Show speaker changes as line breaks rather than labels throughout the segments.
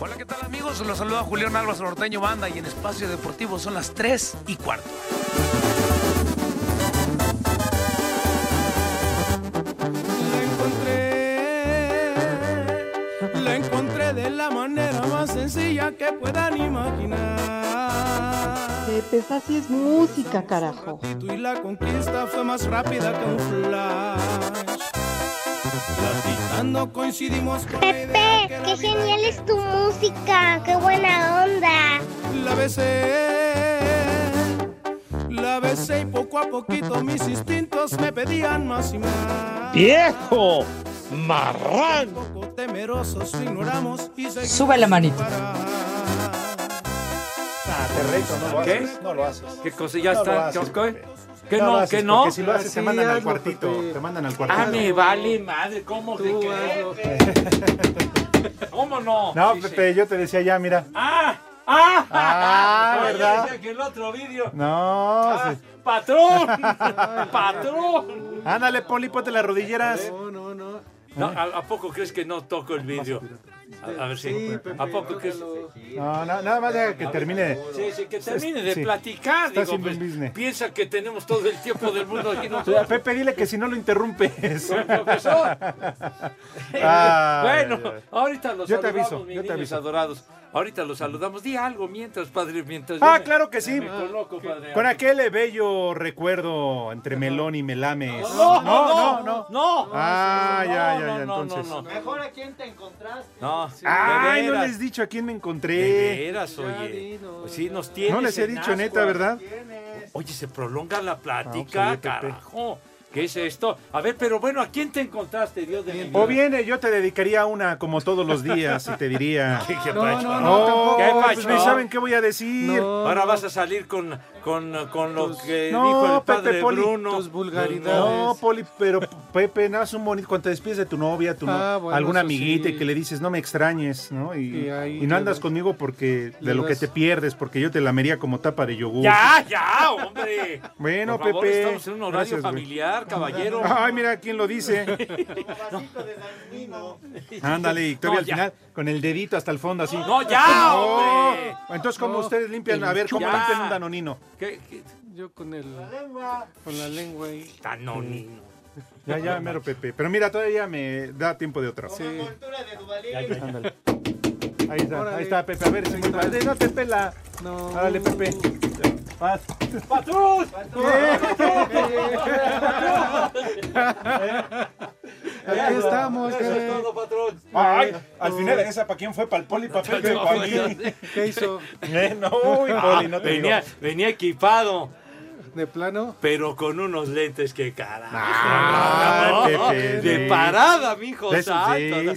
Hola, ¿qué tal amigos? Los saluda Julián Álvarez Norteño Banda y en Espacio Deportivo son las 3 y cuarto.
La encontré, la encontré de la manera más sencilla que puedan imaginar.
Pepe, esa sí es música, carajo.
Y la conquista fue más rápida que un flash. Platicando coincidimos con la idea
Pepe,
que la
qué
vida
genial es tu música, qué buena onda.
La besé, la besé y poco a poquito mis instintos me pedían más y más.
¡Viejo! ¡Marrán!
Poco temerosos ignoramos y seguimos
Sube la manito.
sin parar.
¿Qué?
No lo haces.
¿Qué cosa? ¿Ya
No lo
está?
haces,
¿Qué?
Pepe.
¿Qué
lo
no?
haces,
¿Qué no?
porque si lo haces, te mandan al cuartito. eh, Te mandan al cuartito.
Ah, me vale madre, ¿cómo te crees? ¿Cómo no?
No,
Dice.
Pepe, yo te decía ya, mira.
¡Ah! ¡Ah!
Ah,
Oye,
¿verdad?
decía que el otro vídeo.
No.
Ah,
sí.
¡Patrón! ¡Patrón!
Ándale, Poli, ponte las rodilleras.
No, ¿a, a poco crees que no toco el vídeo? A, a ver si. ¿A poco crees?
No, no, nada más deja que termine.
Sí, sí, que termine de
Sí.
platicar.
Estás
Digo,
en
pues,
business.
piensa que tenemos todo el tiempo del mundo aquí
A
nosotros.
Pepe, dile que si no lo interrumpes.
profesor.
Ah,
bueno,
ay, ay.
ahorita los
Yo te
saludamos,
aviso,
mis
yo te
niños
aviso.
adorados. Ahorita los saludamos. Di algo mientras, padre, mientras. yo
Ah,
me-
claro que sí.
Me coloco, padre.
Con aquel bello recuerdo entre Melón y Melames.
No, no, no, no.
Ah,
No,
ya,
no,
ya, ya,
no, no,
entonces.
no, no.
Mejor a quién te encontraste.
No, de
Ay, no
veras,
les he dicho a quién me
De
encontré.
veras, oye. Pues sí, nos tienes.
No les he
en
dicho
ascuas.
neta, ¿verdad?
Oye, se prolonga la plática,
Ah, ok, Pepe.
carajo. ¿Qué es esto? A ver, pero bueno, ¿a quién te encontraste, Dios de mi vida?
O bien eh, yo te dedicaría una como todos los días y te diría.
¿Qué, qué
No,
pacho?
no, no,
No,
¿Qué
pues
pacho?
ni saben qué voy a decir. Pues,
Ahora vas a salir con, con, con lo que
no,
dijo el
Pepe
padre
Poli,
Bruno.
tus vulgaridades.
No, Poli, pero Pepe, no, es un bonito. Cuando te despides de tu novia, tu no-
Ah, bueno,
alguna
eso
amiguita
sí.
y que le dices, no me extrañes, ¿no? Y,
Y ahí
y
le
no andas
das-
conmigo porque
le
de lo que
das-
te pierdes, porque yo te lamería como tapa de yogur.
Ya, ya, hombre.
Bueno,
Por favor,
Pepe.
Estamos en un horario
Gracias, güey.
familiar, caballero.
Ay, mira quién lo dice. Ándale, Victoria,
No,
al
ya.
final, con el dedito hasta el fondo, así.
No, ya,
No.
hombre.
Entonces, ¿cómo ustedes limpian? A ver, ¿cómo
Ya.
limpian un danonino?
¿Qué, qué?
Yo con el. Con la lengua ahí.
Danonino.
Ya, ya, mero Pepe. Pero mira, todavía me da tiempo de otra. Sí.
Ya, ya, ya.
Ahí está,
Órale.
ahí está, Pepe. A ver si me vale. No te pela.
No.
Órale, Pepe. Vas.
¡Patrón!
Aquí estamos,
Eso es
Pepe.
todo, patrón.
Ay, al final esa para quién fue, para el poli, para Pepe, para
pues,
mí.
¿Qué hizo?
Eh, No, uy, poli, no te digo.
venía, venía equipado,
¿De plano?
pero con unos lentes que carajo.
Ah,
No,
Pepe,
de
sí.
parada, mijo.
De esos,
santo.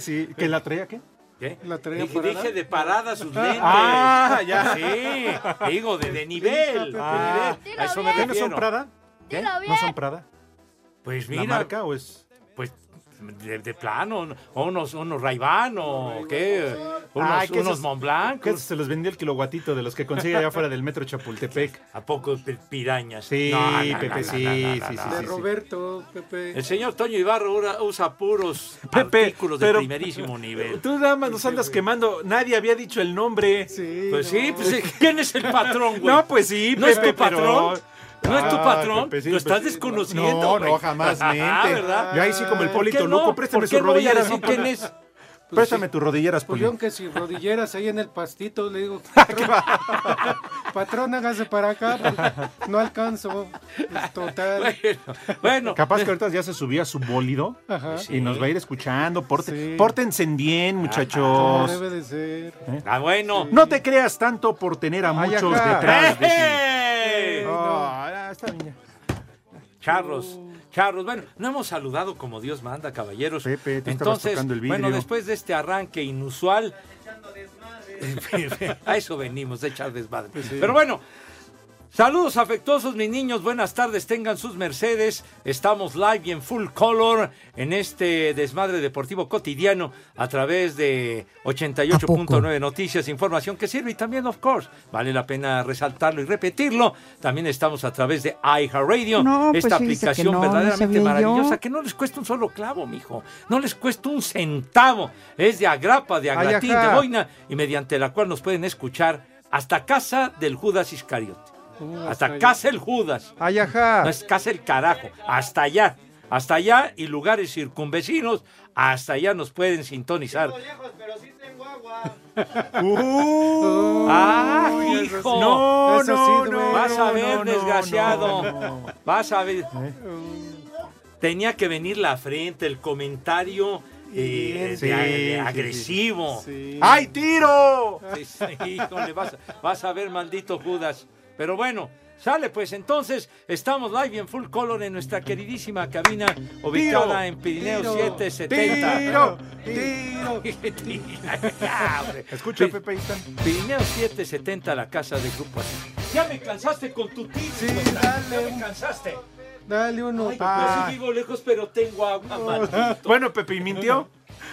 Sí, sí. ¿Que la traía qué?
¿Qué?
¿La traía
dije,
parada?
dije de parada sus lentes.
Ah, ya.
Sí, digo, de, de nivel.
Ah.
de nivel. A eso me
¿Qué no son
refiero.
Prada?
¿Qué?
¿No son Prada?
Pues
¿La
mira,
marca o es...?
pues de, de plano, o unos, unos Ray-Ban o qué, unos,
Ay, que
unos
esos-
Montblanc.
Que se los vendió el kiloguatito de los que consigue allá afuera del metro Chapultepec.
¿A poco pe- pirañas?
Sí, Pepe, sí, sí, sí,
De
sí.
Roberto, Pepe.
El señor Toño Ibarro ura- usa puros
Pepe,
artículos de
pero-
primerísimo nivel.
Tú nada más nos andas quemando. Nadie había dicho el nombre.
Sí.
Pues sí,
no.
pues ¿quién es el patrón, güey?
No, pues sí,
¿No es
Pepe,
tu patrón?
pero-
¿No es tu
Ah,
patrón?
Pepe, sí,
Lo
pues
estás
sí.
desconociendo,
No,
güey.
no, jamás,
Ah,
mente.
¿verdad?
Yo ahí sí como el
¿Por qué
Polito
no?
Luco, préstame
¿Por qué
sus
no voy a
rodilleras.
decir quién es?
Préstame tus rodilleras,
Pues
Poli.
yo aunque sin rodilleras ahí en el pastito le digo, patrón, hágase para acá, porque no alcanzo. Pues, total.
Bueno,
Capaz que ahorita ya se subió a su bólido
Ajá.
y nos va a ir escuchando. Porte,
Sí.
Pórtense bien,
Como
muchachos. ¿Eh?
debe de ser.
ah, bueno.
No te creas tanto por tener a
Ay,
muchos
ajá.
detrás de ti.
¡Eh!
Ah, está bien.
Charros, charros. Bueno, no hemos saludado como Dios manda, caballeros.
Pepe, tú estabas
Entonces,
tocando el vidrio.
bueno, después de este arranque inusual, a eso venimos, de echar desmadre. Pero bueno, saludos afectuosos, mis niños. Buenas tardes, tengan sus mercedes. Estamos live y en full color en este desmadre deportivo cotidiano a través de
¿A
88.9
poco?
Noticias, información que sirve y también, of course, vale la pena resaltarlo y repetirlo. También estamos a través de iHeartRadio,
No, pues
esta
fíjese que
aplicación
no, no
verdaderamente
sabía yo.
maravillosa que no les cuesta un solo clavo, mijo. No les cuesta un centavo. Es de agrapa, de
Ay,
agratín,
ajá.
de boina, y mediante la cual nos pueden escuchar hasta casa del Judas Iscariote. Hasta casa el Judas.
Ay, ajá.
No es casa el carajo. Hasta allá. Hasta allá y lugares circunvecinos, hasta allá nos pueden sintonizar.
Uh,
¡Ah,
Uy, eso
hijo!
sí.
No,
Eso
no,
sí
no,
duele.
Vas a ver,
No, no,
desgraciado.
no, no.
Vas a ver. Tenía que venir la frente, el comentario eh,
Sí,
de- de-
sí, sí, sí.
agresivo. Ah,
Sí.
¡Ay, tiro!
Sí, sí, híjole, vas, a- vas a ver, maldito Judas. Pero bueno, sale pues. Entonces, estamos live y en full color en nuestra queridísima cabina ubicada en Pirineo
Tiro,
770.
Tiro, tiro.
Ya, hombre.
Escucha,
Pi-
Pepe Itán.
Pirineo 770, la casa de Grupo Asir. Ya me cansaste con tu tiro.
Sí,
güey.
dale.
Ya me cansaste.
Dale uno.
Ay,
Ah.
Yo sí vivo lejos, pero tengo agua, maldito.
Bueno, Pepe, ¿y mintió?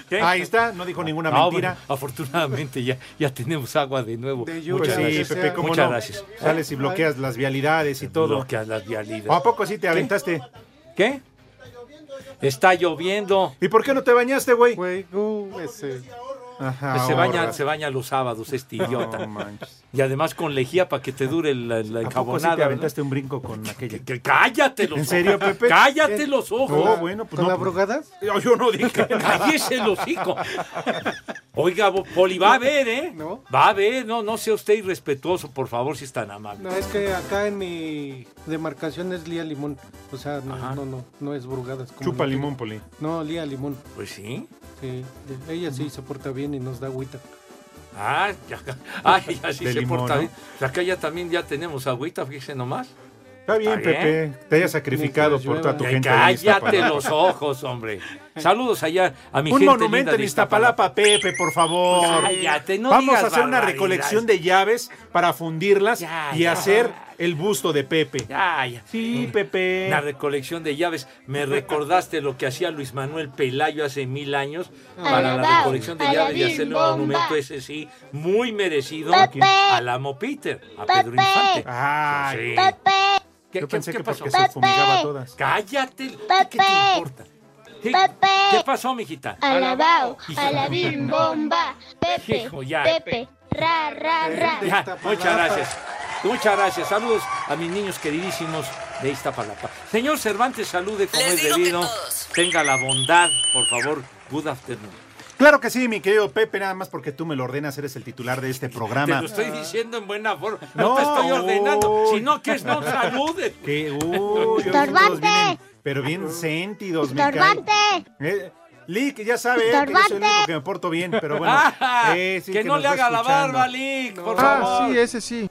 ¿Qué?
Ahí está, no dijo ninguna
Ah,
mentira.
bueno, afortunadamente ya, ya tenemos agua de nuevo.
De lluvia,
Muchas
Pues sí,
gracias.
Pepe, cómo
Muchas
no.
gracias.
Sales y bloqueas las vialidades y todo.
Bloqueas las
¿O
vialidades.
a poco sí te aventaste?
¿Qué? Está lloviendo.
¿Y por qué no te bañaste, güey?
Juego ese.
Ajá,
Pues se,
ahorra.
baña, se baña los sábados, este idiota.
No manches.
Y además con lejía para que te dure la, la
¿A poco sí
encabonada.
te
¿verdad?
aventaste un brinco con aquella?
Que- que- cállate los
¿En serio,
ojos.
Pepe?
Cállate los
Oh,
ojos.
bueno, pues
¿Con
no.
la brugada?
Yo- Yo no dije.
Cállese el hocico. Oiga, bo- Poli, va a ver, ¿eh?
No.
Va a ver, no, no sea usted irrespetuoso, por favor, si es tan amable.
No, es que acá en mi demarcación es Lía Limón. O sea, no,
Ajá.
no, no, no es Brugadas. como
Chupa
no-
limón, Poli.
No, Lía Limón.
Pues sí.
Sí, de- ella sí se porta bien y nos da agüita.
Ah, ya, ay, así
De
se
limón,
porta
¿no?
bien. Acá ya también ya tenemos agüita, fíjese nomás.
Está bien,
Está bien.
Pepe. Te hayas sacrificado por toda tu
Ya,
gente. ahí en
cállate
Iztapalapa.
los ojos, hombre. Saludos allá a mi
Un
gente
monumento
linda
en
de
Iztapalapa, Pepe, por favor.
Cállate, no
Vamos
digas
a hacer una
barbaridades.
recolección de llaves para fundirlas
Ya,
y
ya.
hacer el busto de Pepe.
Ya, ya.
Sí,
La
Pepe.
recolección de llaves. Me recordaste lo que hacía Luis Manuel Pelayo hace mil años para la
Alabao,
recolección de llaves y
alabim,
hacerle un
bomba.
monumento ese sí, muy merecido
Pepe.
al amo Peter, a
Pepe.
Pedro Infante.
Ay,
Sí.
Pepe,
¿Qué-
yo
qué-
pensé
qué
que
pasó?
porque se fumigaba
Pepe.
todas.
Cállate. ¿Qué te
Pepe.
importa? ¿Qué,
Pepe.
¿Qué pasó, mijita?
alabao,
Hijo.
alabim, bomba. Pepe,
Hijo, Oh, ya.
Pepe, ra, ra, ra.
Ya,
Iztapalapa.
muchas gracias. Muchas gracias. Saludos a mis niños queridísimos de Iztapalapa. Señor Cervantes, salude como es debido. Tenga la bondad, por favor. Good afternoon.
Claro que sí, mi querido Pepe, nada más porque tú me lo ordenas, eres el titular de este
Te
programa.
lo estoy diciendo en buena forma. No,
No.
te estoy ordenando. Si no, que es no saludes.
Que, uy,
Estorbante.
vienen, pero bien sentidos, me cae.
Estorbante,
Eh, Lee, que ya sabe eh, que yo soy el único
Estorbante.
que me porto bien, pero bueno. eh, sí,
Ah, que, no
nos
le
va
haga la
escuchando.
barba, Lick, por
Ah,
favor.
sí, ese sí.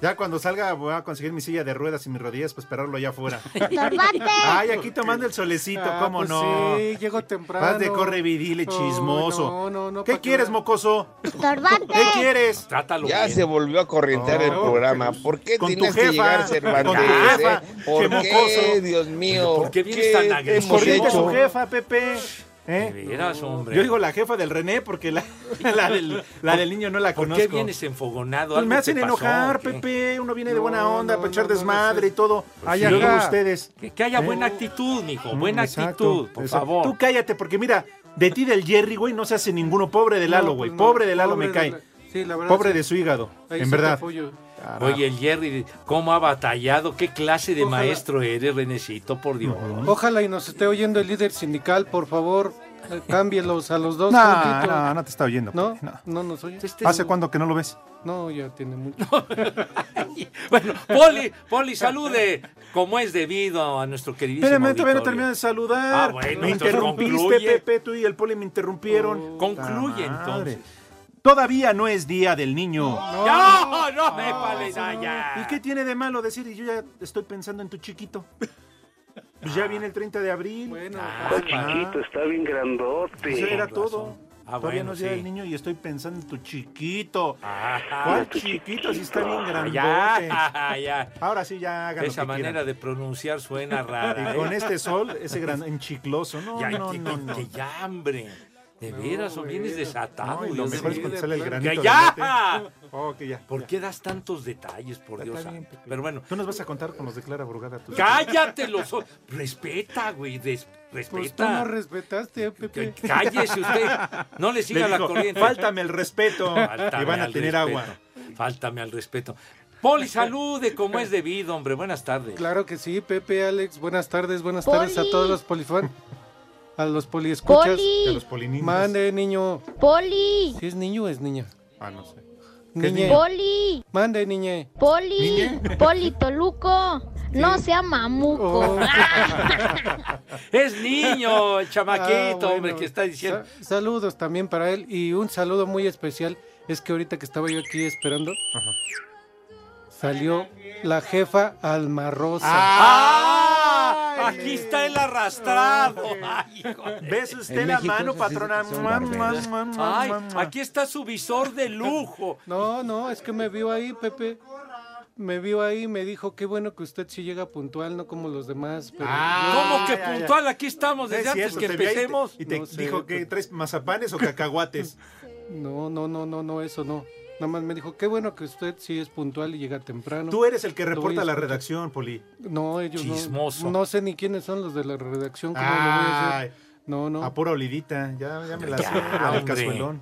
Ya cuando salga voy a conseguir mi silla de ruedas y mis rodillas para esperarlo allá afuera.
estorbante.
Ay, aquí tomando el solecito,
Ah,
cómo
pues
no.
Sí, llego temprano.
Vas de corre vidile,
Oh,
chismoso.
no, no, no,
¿Qué
¿pa' qué
quieres,
va?
mocoso?
Estorbante.
¿Qué quieres?
Trátalo
Ya
bien.
se volvió a corrientar el
No,
programa. ¿Por qué
con tu
tienes
jefa,
que llegar,
con
Cervantes?
tu
eh?
jefa,
¿Por
qué
qué,
mocoso?
Dios mío?
¿Por qué vienes tan agresivo?
hemos
Corriente a
hecho?
su jefa, Pepe.
De
¿Eh?
veras, hombre.
Yo digo la jefa del René porque la, la del, la del niño no la
¿Por
conozco.
qué vienes enfogonado?
Pues me
¿Algo
hacen
te pasó,
enojar,
o qué?
Pepe. Uno viene de
No,
buena onda,
no,
para echar
no, no,
desmadre
no Pues sé.
y todo.
Ay,
y luego
ajá.
ustedes.
Que, que haya
¿Eh?
buena actitud, mijo.
Mm,
Buena
exacto,
actitud, por
exacto.
favor.
Tú cállate, porque mira, de ti del Jerry, güey, no se hace ninguno. Pobre del
No,
Lalo,
pues
güey.
no,
pobre del Lalo
pobre
me
de
cae.
la- sí, la verdad,
Pobre
sí.
de su hígado,
Ahí
en
sí te
verdad.
apoyo.
Carajo.
Oye, el Jerry, ¿cómo ha batallado? ¿Qué clase de
Ojalá.
maestro eres, Renecito, por Dios?
Ojalá y nos esté oyendo el líder sindical, por favor. eh, Cámbielos a los dos.
No,
tantito.
no, no te está oyendo.
¿No?
Pepe, no.
no nos oye.
Este-
¿Hace cuándo que no lo ves?
No, ya tiene mucho.
Bueno, Poli, Poli, salude como es debido a nuestro queridísimo
Espérame, todavía no
auditorio.
termino de saludar.
Ah, bueno,
me
entonces
interrumpiste,
concluye. Oh,
Pepe, tú y el poli me interrumpieron.
Concluye,
Puta madre.
entonces.
Todavía no es día del niño.
¡No, no me pales allá!
¿Y qué tiene de malo decir? Y yo ya estoy pensando en tu chiquito. Pues ya viene el 30 de abril.
Bueno,
Ah,
chiquito,
está bien grandote.
Eso Pues era todo.
Ah,
Todavía
bueno,
no llega
sí.
el niño y estoy pensando en tu chiquito.
Ah.
¿Cuál chiquito? Si está bien grandote.
Ya, ya.
Ahora sí ya hagan lo
Esa
que quieran.
manera de pronunciar suena rara.
Y con
¿eh?
este sol, ese gran enchicloso. No,
Ya,
no,
que-
no, no.
que ya, hombre. De veras, o vienes desatado.
No, y lo
Dios
mejor es
mío.
cuando sale el
Que
granito.
¡Que
de
ya!
mete. Oh, que ya.
¿Por
ya.
qué das tantos detalles, por Dios?
Está bien,
santo?
Pepe.
Pero bueno,
Tú nos vas a contar cómo nos declara Brugada. tú.
cállate los ojos. Respeta, güey, des-
Pues tú no
respeta.
respetaste, Pepe.
Que- Cállese usted. No le
Le
siga la
digo,
corriente.
Fáltame el respeto.
Fáltame
y van a
al
tener
respeto.
agua.
Fáltame al respeto. Poli, salude como es debido, hombre. Buenas tardes.
Claro que sí, Pepe, Alex. Buenas tardes, buenas
Poli.
tardes a todos los polifan. A los
De
poliescuchas.
Poli,
los polininos.
Mande, niño.
poli,
¿Si es niño o es niña?
Ah, no sé.
Niñe.
poli,
Mande, niñe.
poli, poli Toluco, no sea
Oh.
mamuco.
Es niño, el chamaquito,
Ah, bueno.
hombre, que está diciendo.
Sa- saludos también para él y un saludo muy especial es que ahorita que estaba yo aquí esperando salió la jefa Alma Rosa.
¡Ah! Aquí está el arrastrado. Ay, hijo de-
¿Ves usted la mano, patrona? Mua, mua, mua, mua,
Ay,
mua.
aquí está su visor de lujo.
No, no, es que me vio ahí, Pepe. Me vio ahí y me dijo, qué bueno que usted sí llega puntual, no como los demás. Pero
¿Cómo que
Ah, ya, ya.
puntual? Aquí estamos
No es
desde antes
cierto,
que
te vi ahí y te-
empecemos.
Y te
No sé,
dijo que
pero-
tres mazapanes o cacahuates.
No, no, no, no, no, eso no. Nada más me dijo, qué bueno que usted sí es puntual y llega temprano.
Tú eres el que
Lo voy a
reporta la
escuchar.
redacción, Poli.
No, ellos no-
Chismoso.
no. sé ni quiénes son los de la redacción. ¿cómo lo voy a hacer?
Ay,
No, no.
a pura olidita. Ya, ya me la sé.
Ya,
la del
hombre.
cazuelón.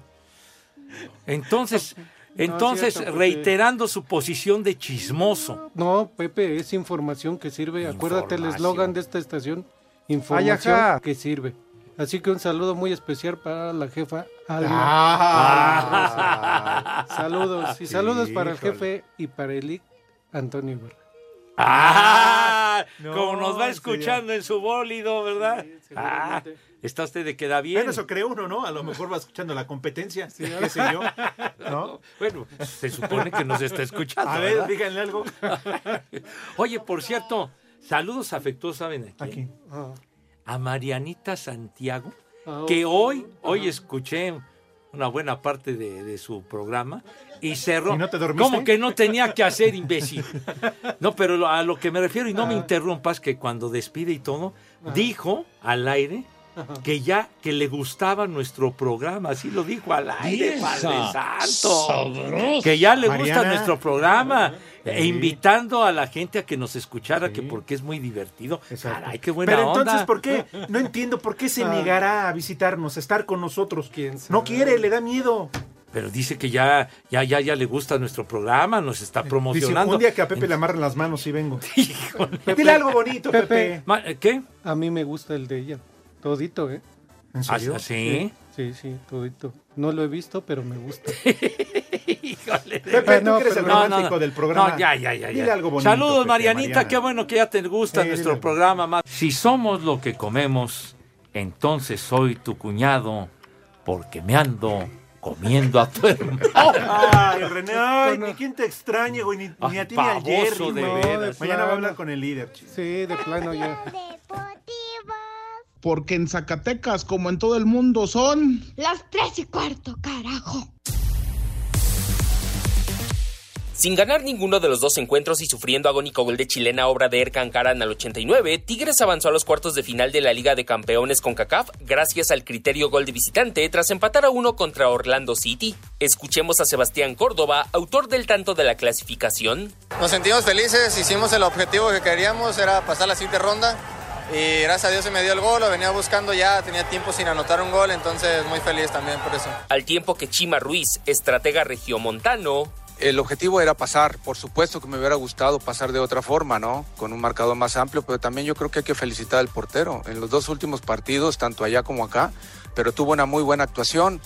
Entonces, entonces,
cierto, porque-
reiterando su posición de chismoso.
No, Pepe, es información que sirve. Acuérdate el
Información.
eslogan de esta estación, información
Ay, ajá.
que sirve. Así que un saludo muy especial para la jefa Alma.
Ah.
Saludos y saludos para el
Híjole.
jefe y para el IC, Antonio Ibarra.
¡Ah!
No,
como nos va
en
escuchando en su bólido, ¿verdad? ah, está usted de queda bien.
Bueno, eso cree uno, ¿no? A lo mejor va escuchando la competencia, qué sé yo, ¿no?
Bueno, se supone que nos está escuchando.
A ver,
¿verdad?
díganle algo.
Oye, por cierto, saludos afectuosos, ¿saben a
Aquí.
quién?
Ah,
A Marianita Santiago,
Ah,
que
ok.
hoy, hoy escuché una buena parte de, de su programa y cerró.
¿Y no te dormiste?
Como que no tenía que hacer, imbécil. No, pero lo- a lo que me refiero, y
Ah.
no me interrumpas, que cuando despide y todo, dijo al aire que ya que le gustaba nuestro programa, así lo dijo al aire, Padre Santo. Que ya le gusta
Mariana.
nuestro programa. E
Sí.
invitando a la gente a que nos escuchara, que porque es muy divertido.
Exacto.
Caray, qué buena
Pero
onda. Ah.
entonces, ¿por qué? No entiendo por qué se negará a visitarnos, a estar con nosotros.
¿Quién sabe?
No quiere, le da miedo.
Pero dice que ya, ya, ya, ya le gusta nuestro programa, nos está
Dice,
promocionando.
un día que a Pepe le amarran las manos y vengo.
Híjole.
Dile algo bonito,
Pepe.
Pepe.
Ma- eh, ¿Qué?
A mí me gusta el de ella. Todito, ¿eh?
¿En
¿Ah,
serio?
sí?
Sí, sí, todito. No lo he visto, pero me gusta.
Híjole.
Pepe, tú
No,
que eres el
pero-
romántico del programa.
No, ya, ya, ya. ya.
Dile algo bonito.
Saludos,
Pepe, a
Marianita,
Mariana.
qué bueno que ya te gusta
Sí, dile
nuestro
algo.
programa. ma- Si somos lo que comemos, entonces soy tu cuñado, porque me ando comiendo a tu hermano.
Ay, René, ay, ni quién te extraña, güey, ni, ni a ti ni
Ay,
al Jerry.
baboso, de
güey. Mañana va
veras.
a
plano.
hablar con el líder, chis.
Sí, de plano ya.
Deportivos.
Porque en Zacatecas, como en todo el mundo, son
Las tres y cuarto, carajo.
Sin ganar ninguno de los dos encuentros y sufriendo agónico gol de chilena obra de Erkan Karan al 89, Tigres avanzó a los cuartos de final de la Liga de Campeones con CACAF gracias al criterio gol de visitante tras empatar a uno contra Orlando City. Escuchemos a Sebastián Córdoba, autor del tanto de la clasificación.
Nos sentimos felices, hicimos el objetivo que queríamos, era pasar la siguiente ronda. Y gracias a Dios se me dio el gol, lo venía buscando ya, tenía tiempo sin anotar un gol, entonces muy feliz también por eso.
Al tiempo que Chima Ruiz, estratega regiomontano,
El objetivo era pasar, por supuesto que me hubiera gustado pasar de otra forma, ¿no? Con un marcador más amplio, pero también yo creo que hay que felicitar al portero. En los dos últimos partidos, tanto allá como acá, pero tuvo una muy buena actuación.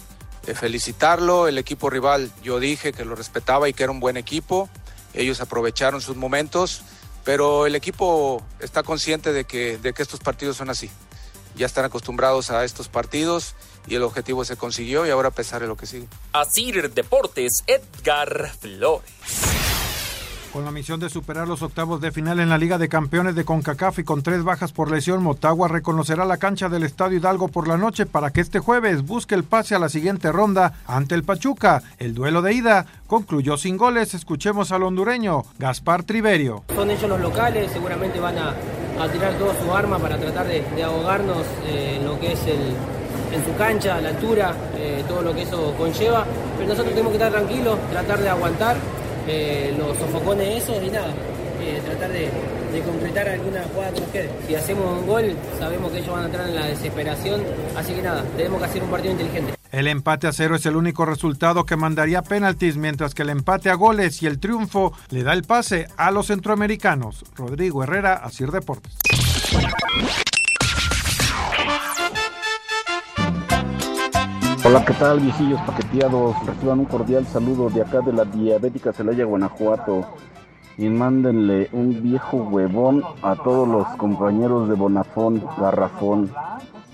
Eh, felicitarlo, el equipo rival, yo dije que lo respetaba y que era un buen equipo. Ellos aprovecharon sus momentos, pero el equipo está consciente de que, de que estos partidos son así. Ya están acostumbrados a estos partidos y el objetivo se consiguió y ahora a pesar de lo que sigue.
Asir Deportes, Edgar Flores.
Con la misión de superar los octavos de final en la Liga de Campeones de CONCACAF y con tres bajas por lesión, Motagua reconocerá la cancha del Estadio Hidalgo por la noche para que este jueves busque el pase a la siguiente ronda ante el Pachuca. El duelo de ida concluyó sin goles. Escuchemos al hondureño Gaspar Triverio.
Son ellos los locales, seguramente van a, a tirar todo su arma para tratar de, de ahogarnos eh, en lo que es el, en su cancha, la altura, eh, todo lo que eso conlleva. Pero nosotros tenemos que estar tranquilos, tratar de aguantar eh, los sofocones esos y nada, eh, tratar de, de concretar alguna jugada que nos quede. Si hacemos un gol, sabemos que ellos van a entrar en la desesperación, así que nada, tenemos que hacer un partido inteligente.
El empate a cero es el único resultado que mandaría a penaltis, mientras que el empate a goles y el triunfo le da el pase a los centroamericanos. Rodrigo Herrera, Asir Deportes.
Hola, ¿qué tal, viejillos paqueteados? Reciban un cordial saludo de acá de la diabética Celaya, Guanajuato. Y mándenle un viejo huevón a todos los compañeros de Bonafón, Garrafón.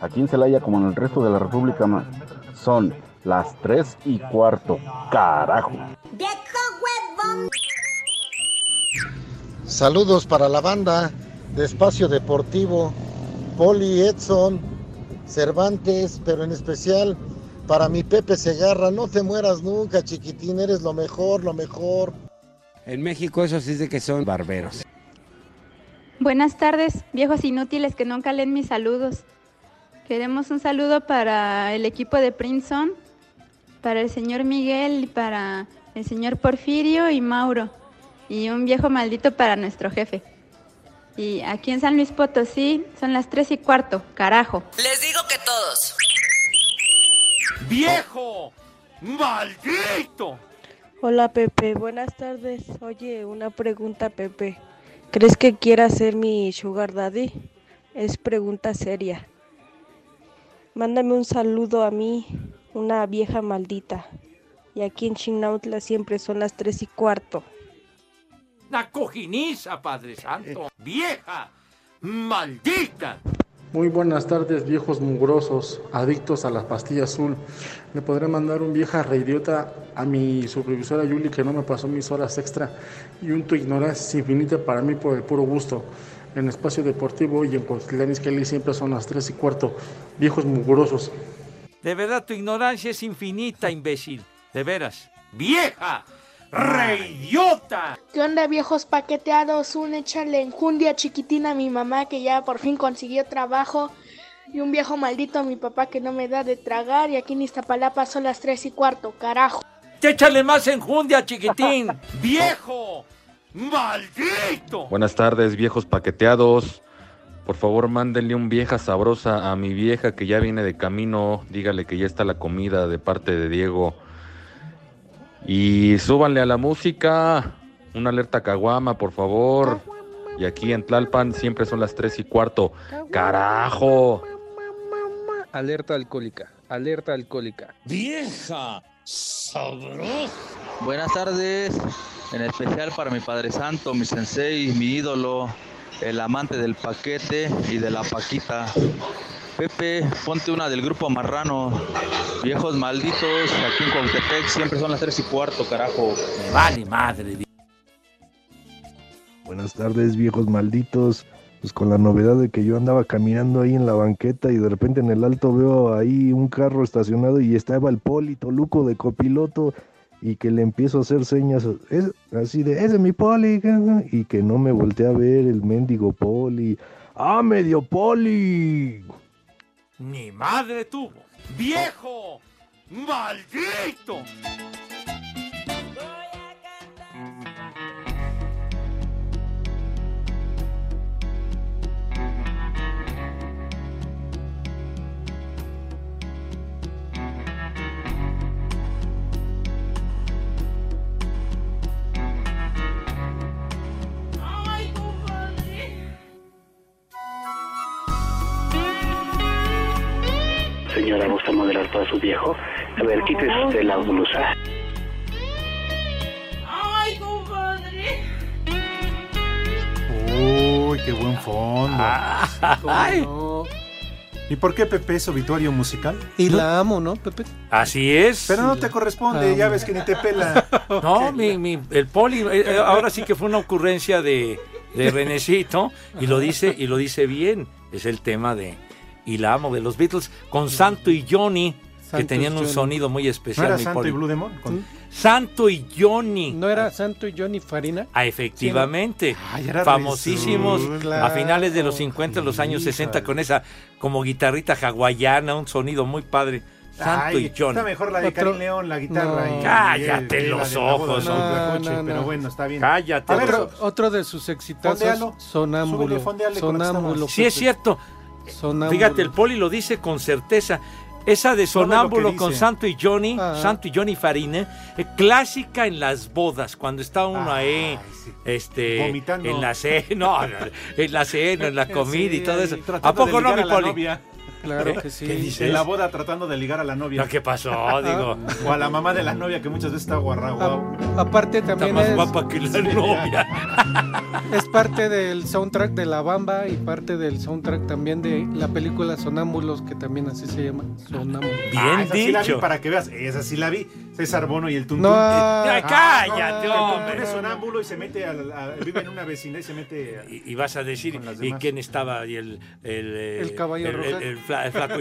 Aquí en Celaya, como en el resto de la República, ma- son las 3 y cuarto. ¡Carajo!
Saludos para la banda de Espacio Deportivo, Poli Edson, Cervantes, pero en especial para mi Pepe Segarra. No te mueras nunca, chiquitín, eres lo mejor, lo mejor.
En México eso sí es de que son barberos.
Buenas tardes, viejos inútiles que nunca leen mis saludos. Queremos un saludo para el equipo de Princeton, para el señor Miguel y para el señor Porfirio y Mauro. Y un viejo maldito para nuestro jefe. Y aquí en San Luis Potosí son las tres y cuarto, carajo.
Les digo que todos.
¡Viejo! ¡Maldito!
Hola Pepe, buenas tardes. Oye, una pregunta Pepe. ¿Crees que quiera ser mi sugar daddy? Es pregunta seria. Mándame un saludo a mí, una vieja maldita. Y aquí en Chinautla siempre son las tres y cuarto.
Una cojiniza, Padre Santo.
Eh.
¡Vieja! ¡Maldita!
Muy buenas tardes, viejos mugrosos, adictos a la pastilla azul. ¿Me podré mandar un vieja reidiota a mi supervisora Yuli que no me pasó mis horas extra? Y un tu ignorancia infinita para mí por el puro gusto. En Espacio Deportivo y en Cuauhtitlán Izcalli siempre son las 3 y cuarto. Viejos mugrosos.
De verdad, tu ignorancia es infinita, imbécil. De veras. ¡Vieja! ¡Reidiota!
¿Qué onda viejos paqueteados? Un échale enjundia chiquitina a mi mamá que ya por fin consiguió trabajo. Y un viejo maldito a mi papá que no me da de tragar. Y aquí en Iztapalapa son las tres y cuarto, carajo.
¡Échale más enjundia, chiquitín! ¡Viejo! ¡Maldito!
Buenas tardes, viejos paqueteados. Por favor, mándenle un vieja sabrosa a mi vieja que ya viene de camino. Dígale que ya está la comida de parte de Diego. Y súbanle a la música. Una alerta caguama, por favor. Y aquí en Tlalpan siempre son las 3 y cuarto. ¡Carajo!
Alerta alcohólica, alerta alcohólica.
¡Vieja! ¡Sabrosa!
Buenas tardes, en especial para mi Padre Santo, mi sensei, mi ídolo, el amante del paquete y de la paquita. Pepe, ponte una del grupo Marrano. Viejos malditos, aquí en Cuauhtémoc siempre son las tres y cuarto, carajo.
Vale, madre.
Buenas tardes, viejos malditos. Pues con la novedad de que yo andaba caminando ahí en la banqueta y de repente en el alto veo ahí un carro estacionado y estaba el Poli Toluco de copiloto y que le empiezo a hacer señas es, así de, ese es mi Poli y que no me volteé a ver el mendigo Poli. ¡Ah, medio Poli!
¡Ni madre tuvo! ¡Viejo! ¡Maldito!
Señora, ¿gusta modelar para su viejo? A ver, quítese usted la blusa.
¡Ay, compadre!
Uy, qué buen fondo.
Ay.
¿Y por qué Pepe es obituario musical?
Y la amo, ¿no, Pepe?
Así es.
Pero no te corresponde,
Ah,
ya ves que ni te pela.
No, mi, mi- el poli, eh, eh, ahora sí que fue una ocurrencia de, de Renecito y lo dice y lo dice bien. Es el tema de y la amo de los Beatles con Santo y Johnny que
Santos
tenían un
Johnny.
sonido muy especial.
¿No era
mi
Santo
Poli.
y Blue Demon? Con-
Santo y Johnny.
¿No era Santo y Johnny Farina?
Ah, efectivamente.
era
Famosísimos
Jesús,
a finales de los 50, los años 60 con esa como guitarrita hawaiana, un sonido muy padre. Santo
Ay,
y Johnny.
Está mejor la de
Otro-
Karin León, la guitarra.
No.
y-
Cállate
y la
los
de la boda,
ojos,
¿no?
hombre.
La coche,
No, no,
Pero
no.
bueno, está bien.
Cállate
A ver,
los
Otro, otro de sus exitazos,
Fondealo.
Sonámbulo.
Súbele, fondeale con la que
sonámbulo.
Sí, es cierto.
Sonámbulo.
Fíjate, el poli lo dice con certeza. Esa
Todo lo que
de Sonámbulo con
dice.
Santo y Johnny,
Ah.
Santo y Johnny Farina, eh, clásica en las bodas, cuando está uno ahí, este,
Ah, Vomitando.
en la cena, no, no, en la cena, en la comida y
Sí,
todo
ahí,
eso.
tratando
¿A poco
de
no,
ligar
mi
a la
poli?
novia.
Claro ¿Eh? que sí. ¿Qué dices?
En la boda tratando de ligar a la novia.
No, ¿qué pasó? Digo.
o a la mamá de la novia que muchas veces está guarra, guau.
Aparte también
más
es,
guapa que la novia.
es parte del soundtrack de La Bamba y parte del soundtrack también de la película Sonámbulos, que también así se llama. Sonámbulos.
Ah, esa Sí la vi para que veas, esa sí la vi. César Bono y el Tuntún.
No.
Ah,
cállate,
no, que El
hombre.
Tuntún es sonámbulo y se mete a, la- a- vive en una vecindad y se mete. a-
Y, y vas a decir, ¿y quién estaba? Y el, el, eh,
El caballo
el-
rojo.
el- el fla- el flaco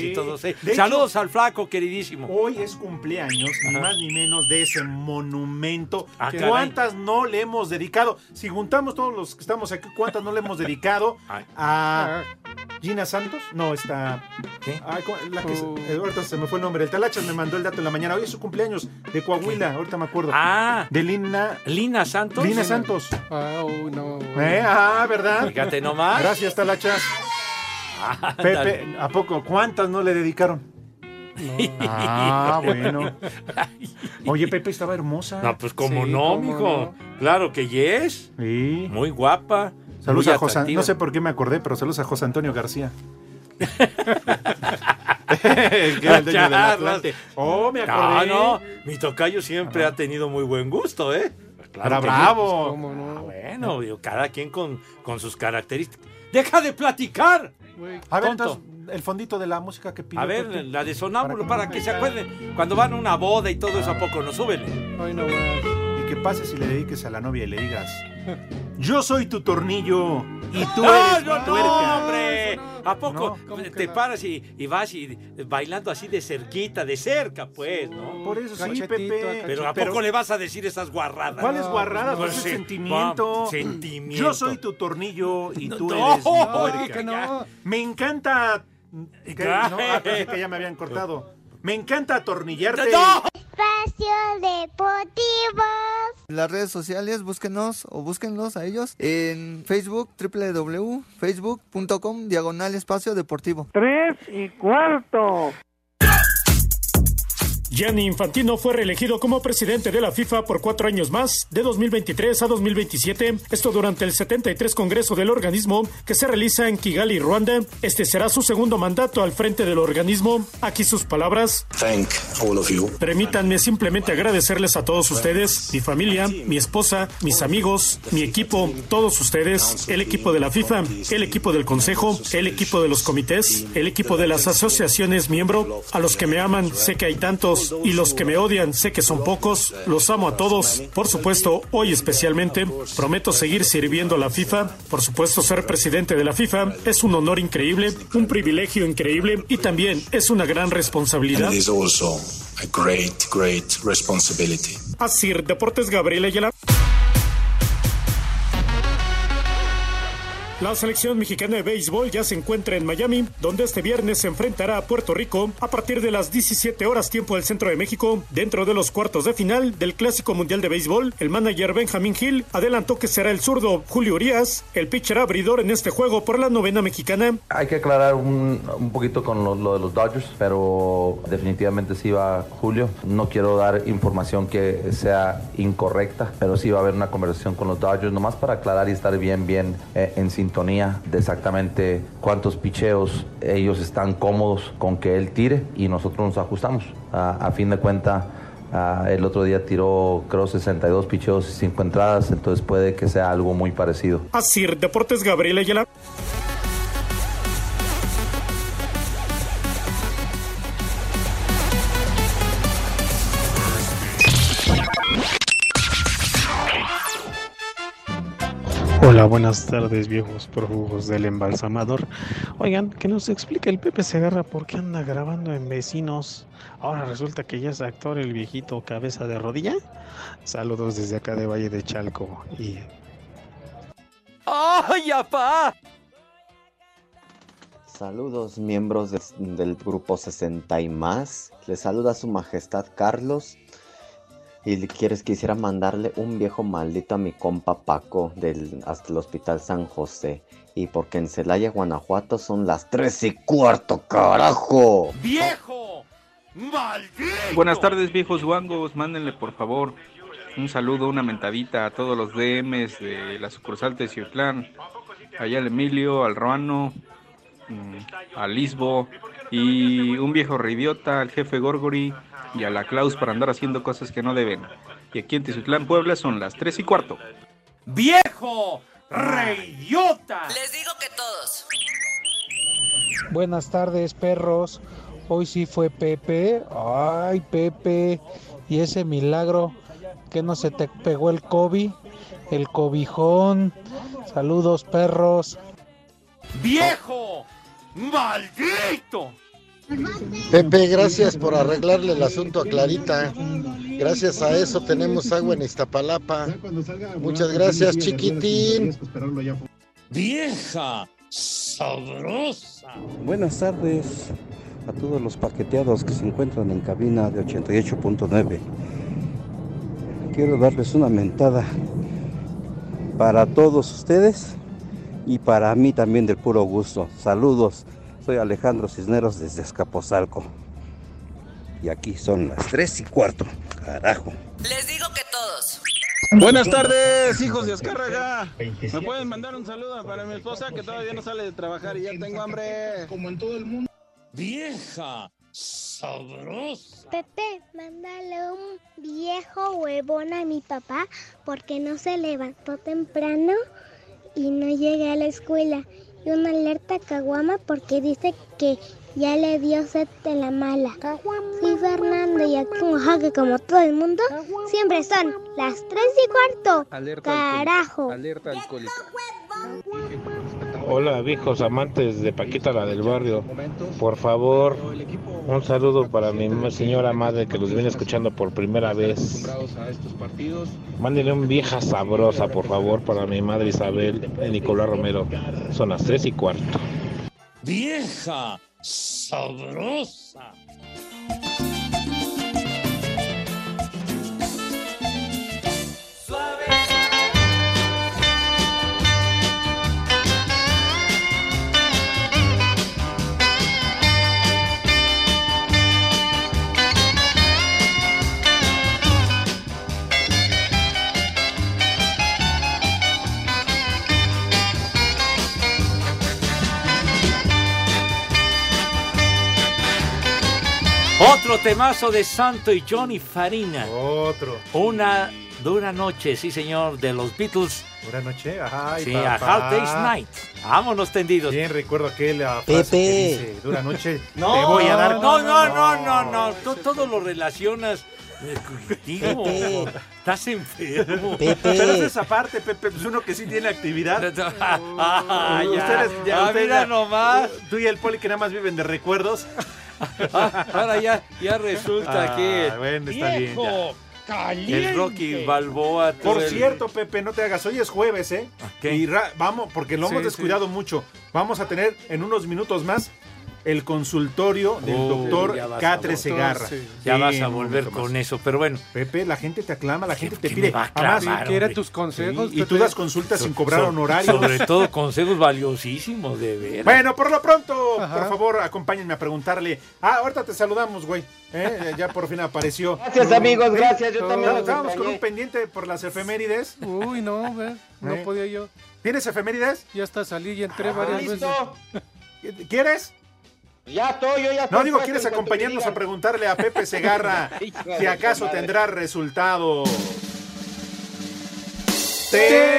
Sí.
y todo eso.
De
Saludos al flaco, queridísimo.
Hoy es cumpleaños, ni
Ajá.
más ni menos, de ese monumento.
Ah,
que
caray.
¿Cuántas no le hemos dedicado? Si juntamos todos los que estamos aquí, ¿cuántas no le hemos dedicado a Gina Santos? No, está. la que se- eh, ahorita se me fue el nombre. El Talachas me mandó el dato en la mañana. Hoy es su cumpleaños de Coahuila, ahorita me acuerdo.
Ah.
De Lina.
Lina Santos.
Lina Santos.
Ah, oh, no.
¿Eh? Ah, ¿verdad?
Fíjate nomás. Ah,
Gracias, Talachas.
Ándale.
Pepe, ¿a poco? ¿Cuántas no le dedicaron? Ah, bueno. Oye, Pepe estaba hermosa.
No, pues como no, mijo. Claro que yes. Muy guapa.
Saludos
muy
a José.
atractiva.
No sé por qué me acordé, pero saludos a José Antonio García. que era el dueño del
Charlas.
Atlante. Oh, me
No,
acordé.
no. Mi tocayo siempre ha tenido muy buen gusto, ¿eh?
Era
que
bravo.
sí. Ah, bueno, digo, cada quien con, con sus características. ¡Deja de platicar!
A ver,
Tonto.
entonces, el fondito de la música que pidió.
A ver,
Pepe.
la de Sonámbulo, para que se acuerden. Cuando van a una boda y todo eso, ¿a poco no suben?
Y que pases y le dediques a la novia y le digas: Yo soy tu tornillo y tú
no,
eres
no,
mi
no,
tuerca".
hombre. ¿A poco Pues, te paras y, y vas y bailando así de cerquita, de cerca, pues, ¿no?
Por eso sí,
Cachetito
Pepe.
a cachetito. Pero ¿a
Pero-
poco le vas a decir esas guarradas?
¿Cuáles
No,
guarradas?
pues,
Pues es
sí,
sentimiento.
va, Sentimiento.
Yo soy tu tornillo y tú
no,
eres mi
no,
tuerca.
que no. Eh,
Me encanta. que- no, ah, pensé que ya me habían cortado. Me encanta atornillarte.
Espacio Deportivo.
Las redes sociales, búsquenos o búsquenlos a ellos en Facebook, www.facebook.com, diagonal espacio deportivo. Tres y cuarto.
Gianni Infantino fue reelegido como presidente de la FIFA por cuatro años más, de 2023 a 2027, esto durante el 73 Congreso del organismo que se realiza en Kigali, Ruanda. Este será su segundo mandato al frente del organismo. Aquí sus palabras.
thank all of you.
Permítanme simplemente agradecerles a todos ustedes, mi familia, mi esposa, mis amigos, mi equipo, todos ustedes, el equipo de la FIFA, el equipo del Consejo, el equipo de los comités, el equipo de las asociaciones miembro, a los que me aman, sé que hay tantos, y los que me odian, sé que son pocos, los amo a todos, por supuesto, hoy especialmente, prometo seguir sirviendo a la FIFA, por supuesto ser presidente de la FIFA es un honor increíble, un privilegio increíble y también es una gran
And
responsabilidad.
it is also a great, great responsibility.
Así, Deportes Gabriel Ayala. La selección mexicana de béisbol ya se encuentra en Miami, donde este viernes se enfrentará a Puerto Rico a partir de las 17 horas tiempo del centro de México, dentro de los cuartos de final del Clásico Mundial de Béisbol. El manager Benjamín Gil adelantó que será el zurdo Julio Urias, el pitcher abridor en este juego por la novena mexicana.
Hay que aclarar un, un poquito con lo, lo de los Dodgers, pero definitivamente sí va Julio. No quiero dar información que sea incorrecta, pero sí va a haber una conversación con los Dodgers, nomás para aclarar y estar bien, bien eh, en sintonía de exactamente cuántos picheos ellos están cómodos con que él tire y nosotros nos ajustamos. A, a fin de cuentas, el otro día tiró, creo, 62 picheos y 5 entradas, entonces puede que sea algo muy parecido.
Así, Deportes Gabriel Ayala. Hola, buenas tardes, viejos prófugos del embalsamador. Oigan, que nos explique el Pepe Segarra por qué anda grabando en vecinos. Ahora resulta que ya es actor el viejito cabeza de rodilla. Saludos desde acá de Valle de Chalco y
¡Ay, apá!
Saludos miembros des- del grupo 60 y más. Les saluda su majestad Carlos. Y le- quieres quisiera mandarle un viejo maldito a mi compa Paco del hasta el Hospital San José. Y porque en Celaya, Guanajuato son las 3 y cuarto, carajo.
¡Viejo! ¡Maldito!
Buenas tardes, viejos guangos. Mándenle, por favor, un saludo, una mentadita a todos los DMs de la sucursal de Ciutlán. Allá al Emilio, al Ruano, mm, al Lisbo y un viejo reidiota, al jefe Gorgori y a la Klaus para andar haciendo cosas que no deben. Y aquí en Tizutlán, Puebla, son las 3 y cuarto.
¡Viejo! ¡Reidiota!
Les digo que todos.
Buenas tardes, perros. Hoy sí fue Pepe. Ay, Pepe. Y ese milagro que no se te pegó el COVID, el cobijón. Saludos, perros.
¡Viejo! ¡Maldito!
Pepe, gracias por arreglarle el asunto a Clarita. Gracias a eso tenemos agua en Iztapalapa. Muchas gracias, chiquitín.
Vieja sabrosa.
Buenas tardes a todos los paqueteados que se encuentran en cabina de 88.9. Quiero darles una mentada para todos ustedes y para mí también del puro gusto. Saludos, soy Alejandro Cisneros desde Escapozalco. Y aquí son las 3 y cuarto. Carajo.
Les digo que todos.
Buenas tardes, hijos de Azcárraga.
¿Me pueden mandar un saludo para mi esposa que todavía no sale de trabajar y ya tengo hambre? Como en todo el mundo.
Vieja sabrosa.
Pepe, mándale un viejo huevón a mi papá porque no se levantó temprano y no llega a la escuela. Y una alerta a caguama porque dice que ya le dio sed de la mala. Soy Fernando y aquí en Oaxaca, como todo el mundo, siempre son las 3 y cuarto. Carajo.
Alerta alcohólica.
Hola viejos amantes de Paquita la del barrio, por favor un saludo para mi señora madre que los viene escuchando por primera vez. Mándenle un vieja sabrosa por favor para mi madre Isabel y Nicolás Romero. Son las tres y cuarto.
Vieja sabrosa.
Otro temazo de Santo y Johnny Farina. Otro. Una dura noche, sí señor, de los Beatles.
Buenas noches. Ajá, y
Sí,
papá.
a Hard Day's Night. Vámonos tendidos. Bien,
recuerdo aquel ah, frase que Pepe. dice, "Dura noche,
no,
te voy a dar".
No, no, no, no, no. Tú todo lo relacionas eh, contigo.
Pepe.
Estás enfermo.
Pero es esa parte, Pepe, pues uno que sí tiene actividad.
Ah, ya. Ah, mira nomás.
Tú y el poli que nada más viven de recuerdos.
Ahora ya, ya resulta
Ah,
que.
bueno, está bien, ya.
Viejo, El Rocky Balboa. todo
Por
el-
cierto, Pepe, no te hagas. Hoy es jueves, ¿eh? Y ra- vamos, porque lo hemos
Sí,
descuidado mucho. Vamos a tener en unos minutos más el consultorio del
Oh,
doctor
ya vas a
Catre
volver.
Segarra.
Sí. Ya
Sí,
vas a
un
volver
momento
con
más.
eso, pero bueno.
Pepe, la gente te aclama, la gente te
¿Qué
pide.
me va a aclamar,
Además,
hombre?
Sí,
Sí,
Y tú das consultas
so-
sin cobrar
so-
honorarios.
Sobre todo consejos valiosísimos, de veras.
Bueno, por lo pronto,
Ajá.
por favor, acompáñenme a preguntarle. Ah, ahorita te saludamos, güey. ¿Eh? Ya por fin apareció.
Gracias, amigos, gracias, yo también los
Estábamos con
extrañé.
un pendiente por las efemérides.
Uy, no, ve, no
Eh.
podía yo.
¿Tienes efemérides?
Ya hasta salí y entré
Ah,
varias
listo.
veces.
¿Quieres?
Ya estoy, yo ya
No digo, ¿quieres acompañarnos a preguntarle a Pepe Segarra si acaso tendrá resultado?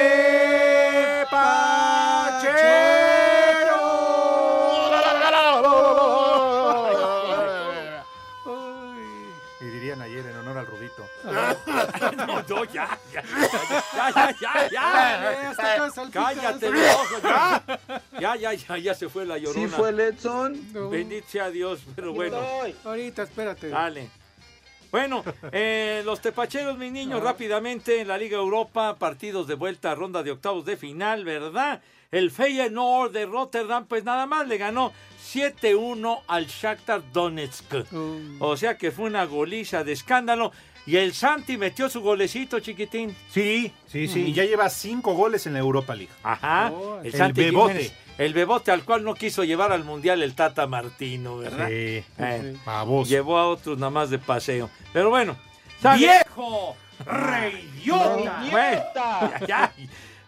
Y dirían ayer en honor al Rudito.
No, no, ya, ya, ya, ya, ya,
Ya, ya, hasta acá
ya.
salpica,
Cállate,
hasta-
los ojos, ya. Ya, ya, ya, ya se fue la llorona.
Edson?
Bendito sea Dios, pero bueno.
Ahorita, espérate.
Dale. Bueno, eh, los tepacheros, mis niños, rápidamente en la Liga Europa, partidos de vuelta, ronda de octavos de final, ¿verdad? El Feyenoord de Rotterdam, pues nada más le ganó 7-1 al Shakhtar Donetsk. O sea que fue una goliza de escándalo. Y el Santi metió su golecito, chiquitín. Sí,
Sí, sí, y ya lleva cinco goles en la Europa League.
Ajá.
el,
el, Santi
bebote.
Jiménez, el bebote al cual no quiso llevar al Mundial el Tata Martino, ¿verdad?
Sí,
Eh,
sí.
Llevó a otros nada más de paseo. Pero bueno. ¡Viejo! ¡Reyota! Bueno, ya, ya.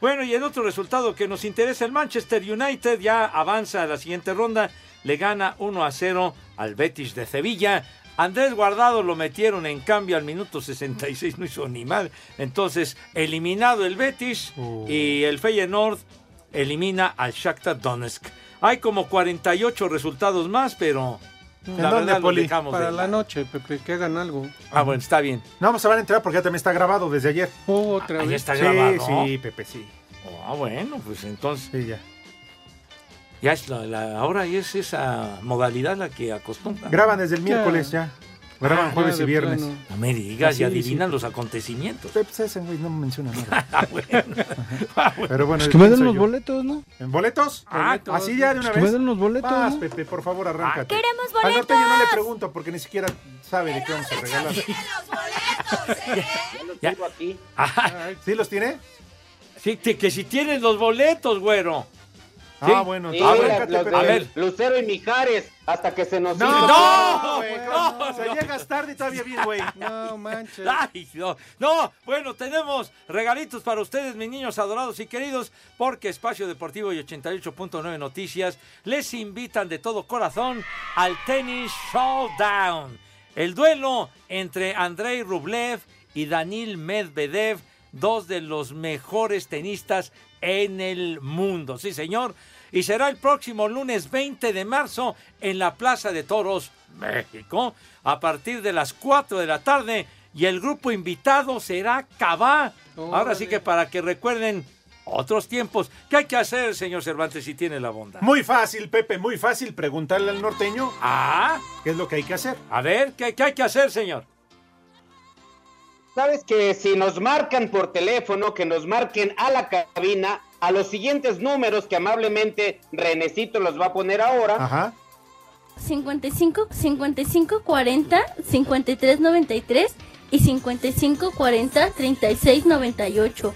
Bueno, y el otro resultado que nos interesa, el Manchester United ya avanza a la siguiente ronda. Le gana 1 a 0 al Betis de Sevilla. Andrés Guardado lo metieron en cambio al minuto 66, no hizo ni mal. Entonces, eliminado el Betis y el Feyenoord elimina al Shakhtar Donetsk. Hay como 48 resultados más, pero la verdad los dejamos
Para
de
la noche, Pepe, que hagan algo.
Ah, bueno, está bien.
No, se van a enterar porque ya también está grabado desde ayer.
otra
Ahí
vez.
está
Sí,
grabado.
sí, Pepe, sí.
Ah, bueno, pues entonces. ya. es la, la- ahora ya es esa modalidad la que acostumbran.
Graban desde el miércoles ya. Graban
Ah,
jueves
ya,
y
de
viernes.
plano. No me digas,
Sí,
y
sí.
adivinan los acontecimientos.
Pepe, pues ese güey no me menciona nada.
Ah, bueno.
Pero bueno,
Pues que me den
soy
los
yo.
boletos, ¿no?
¿En boletos?
Ah,
así ya de una
pues
vez.
que me den los boletos,
Vas,
¿no?
Pepe, por
Ah,
favor, arráncate.
¡Queremos
Al norteño no le
boletos!
pregunto porque ni siquiera sabe de qué vamos a regalar.
¿eh? Ya.
¿Sí los tiene?
Sí, que, que si tienes los boletos, güero.
Ah, bueno,
Sí,
a
los-
ver,
los de
a ver.
Lucero y Mijares, hasta que se nos
No,
hizo.
no,
güey.
O sea, llegas tarde y todavía bien, güey.
No manches.
Ay, no. No, bueno, tenemos regalitos para ustedes, mis niños adorados y queridos, porque Espacio Deportivo y 88.9 Noticias les invitan de todo corazón al Tennis Showdown. El duelo entre Andrei Rublev y Danil Medvedev, dos de los mejores tenistas en el mundo. Sí, señor. Y será el próximo lunes 20 de marzo en la Plaza de Toros México a partir de las 4 de la tarde y el grupo invitado será Cabá. Ahora sí que para que recuerden otros tiempos. ¿Qué hay que hacer, señor Cervantes, si tiene la bondad?
Muy fácil, Pepe, muy fácil preguntarle al norteño
Ah,
qué es lo que hay que hacer.
a ver, ¿qué, qué hay que hacer, señor?
Sabes que si nos marcan por teléfono, que nos marquen a la cabina, a los siguientes números que amablemente Renecito los va a poner ahora.
Ajá.
55 55 40 53 93 y 55 40 36 98.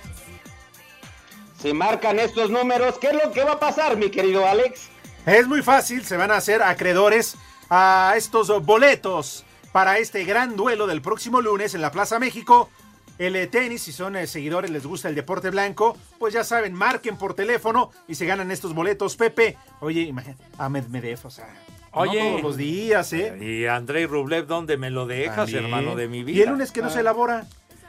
Si marcan estos números, ¿qué es lo que va a pasar, mi querido Alex?
Es muy fácil, se van a hacer acreedores a estos boletos para este gran duelo del próximo lunes en la Plaza México. El eh, tenis, si son eh, seguidores, les gusta el deporte blanco, pues ya saben, marquen por teléfono y se ganan estos boletos, Pepe. Oye, imagínate, a Medvedev, o sea, no
Oye.
todos los días, ¿eh?
Y Andrei Rublev, ¿dónde me lo dejas,
También.
hermano de mi vida?
Y el lunes que no se elabora.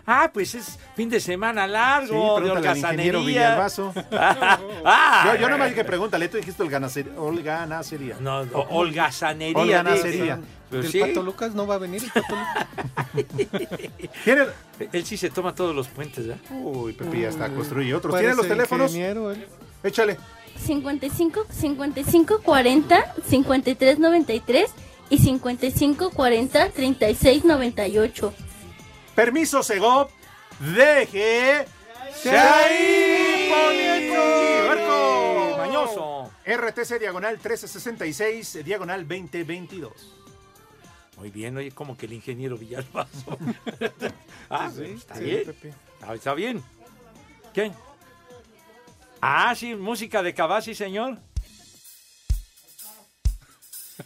Ah, pues es fin de semana largo, de
pregúntale al ingeniero
holgazanería.
Villalbazo.
Ah,
yo, yo nomás dije pregúntale, tú dijiste holganacer- holganacería.
No, no, holgazanería.
Holganacería.
dice. Pues
El
sí.
Pato Lucas no va a venir. el Pato Lucas.
Él sí se toma todos los puentes, ¿verdad?
Uy, Pepe, ya está,
Uy,
construye otros.
parece
¿Tiene los teléfonos?
ingeniero, él.
Échale.
55 55 40 53 93 y 55 40 36 98.
Permiso, Segov. Deje.
Se ahí,
Puerco.
Mañoso.
RTC diagonal 1366 diagonal 2022.
Muy bien, oye, como que el ingeniero Villalbazo. ah,
Sí, sí,
está
sí,
bien.
Pepe.
Ah, Está bien. ¿Qué? Ah, sí, música de Cavazzi, señor.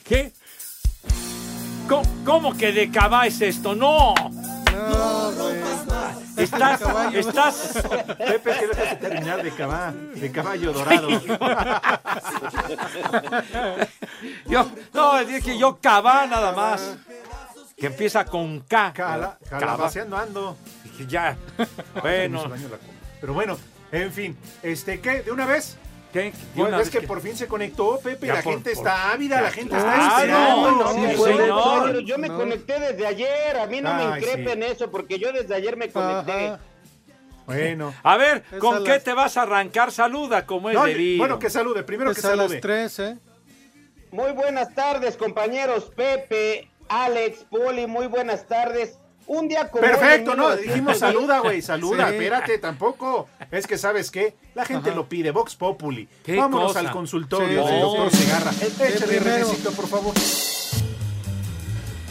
¿Qué? ¿Cómo, cómo que de Cavá es esto? ¡No! Estás,
Caballo.
estás.
Pepe, que dejas de terminar de caballo, de caballo dorado.
Yo, no, es que yo Cavá nada más. Que empieza con K.
Cala-
Cavá.
Calabaceando ando.
Ya. Bueno.
Pero bueno, en fin. Este, ¿qué? ¿De una vez?
¿Qué? De
Bueno,
una
es
vez
que, por fin se conectó, Pepe.
Ya
la
por-
gente
por-
está ávida,
ya-
la gente
Claro, Ah,
está esperando.
no, sí,
Pues,
señor.
no,
pero
yo me
no.
conecté desde ayer, a mí no me
Ay,
increpen eso, porque yo desde ayer me conecté.
Bueno.
A ver,
Es
¿con
a
qué
las-
te vas a arrancar? Saluda, como es
No,
debido.
bueno, que salude, primero que salude.
Muy buenas tardes, compañeros Pepe, Alex, Poli, muy buenas tardes. Un día como hoy,
Perfecto,
en
no,
1910,
dijimos saluda, güey, saluda,
Sí.
espérate, tampoco. Es que, ¿sabes qué? La gente
Ajá.
lo pide, Vox Populi.
¿Qué
Vámonos
cosa?
al consultorio
Sí,
del
sí,
doctor
sí.
Segarra.
Este
Échale,
primero.
Renecito, por favor.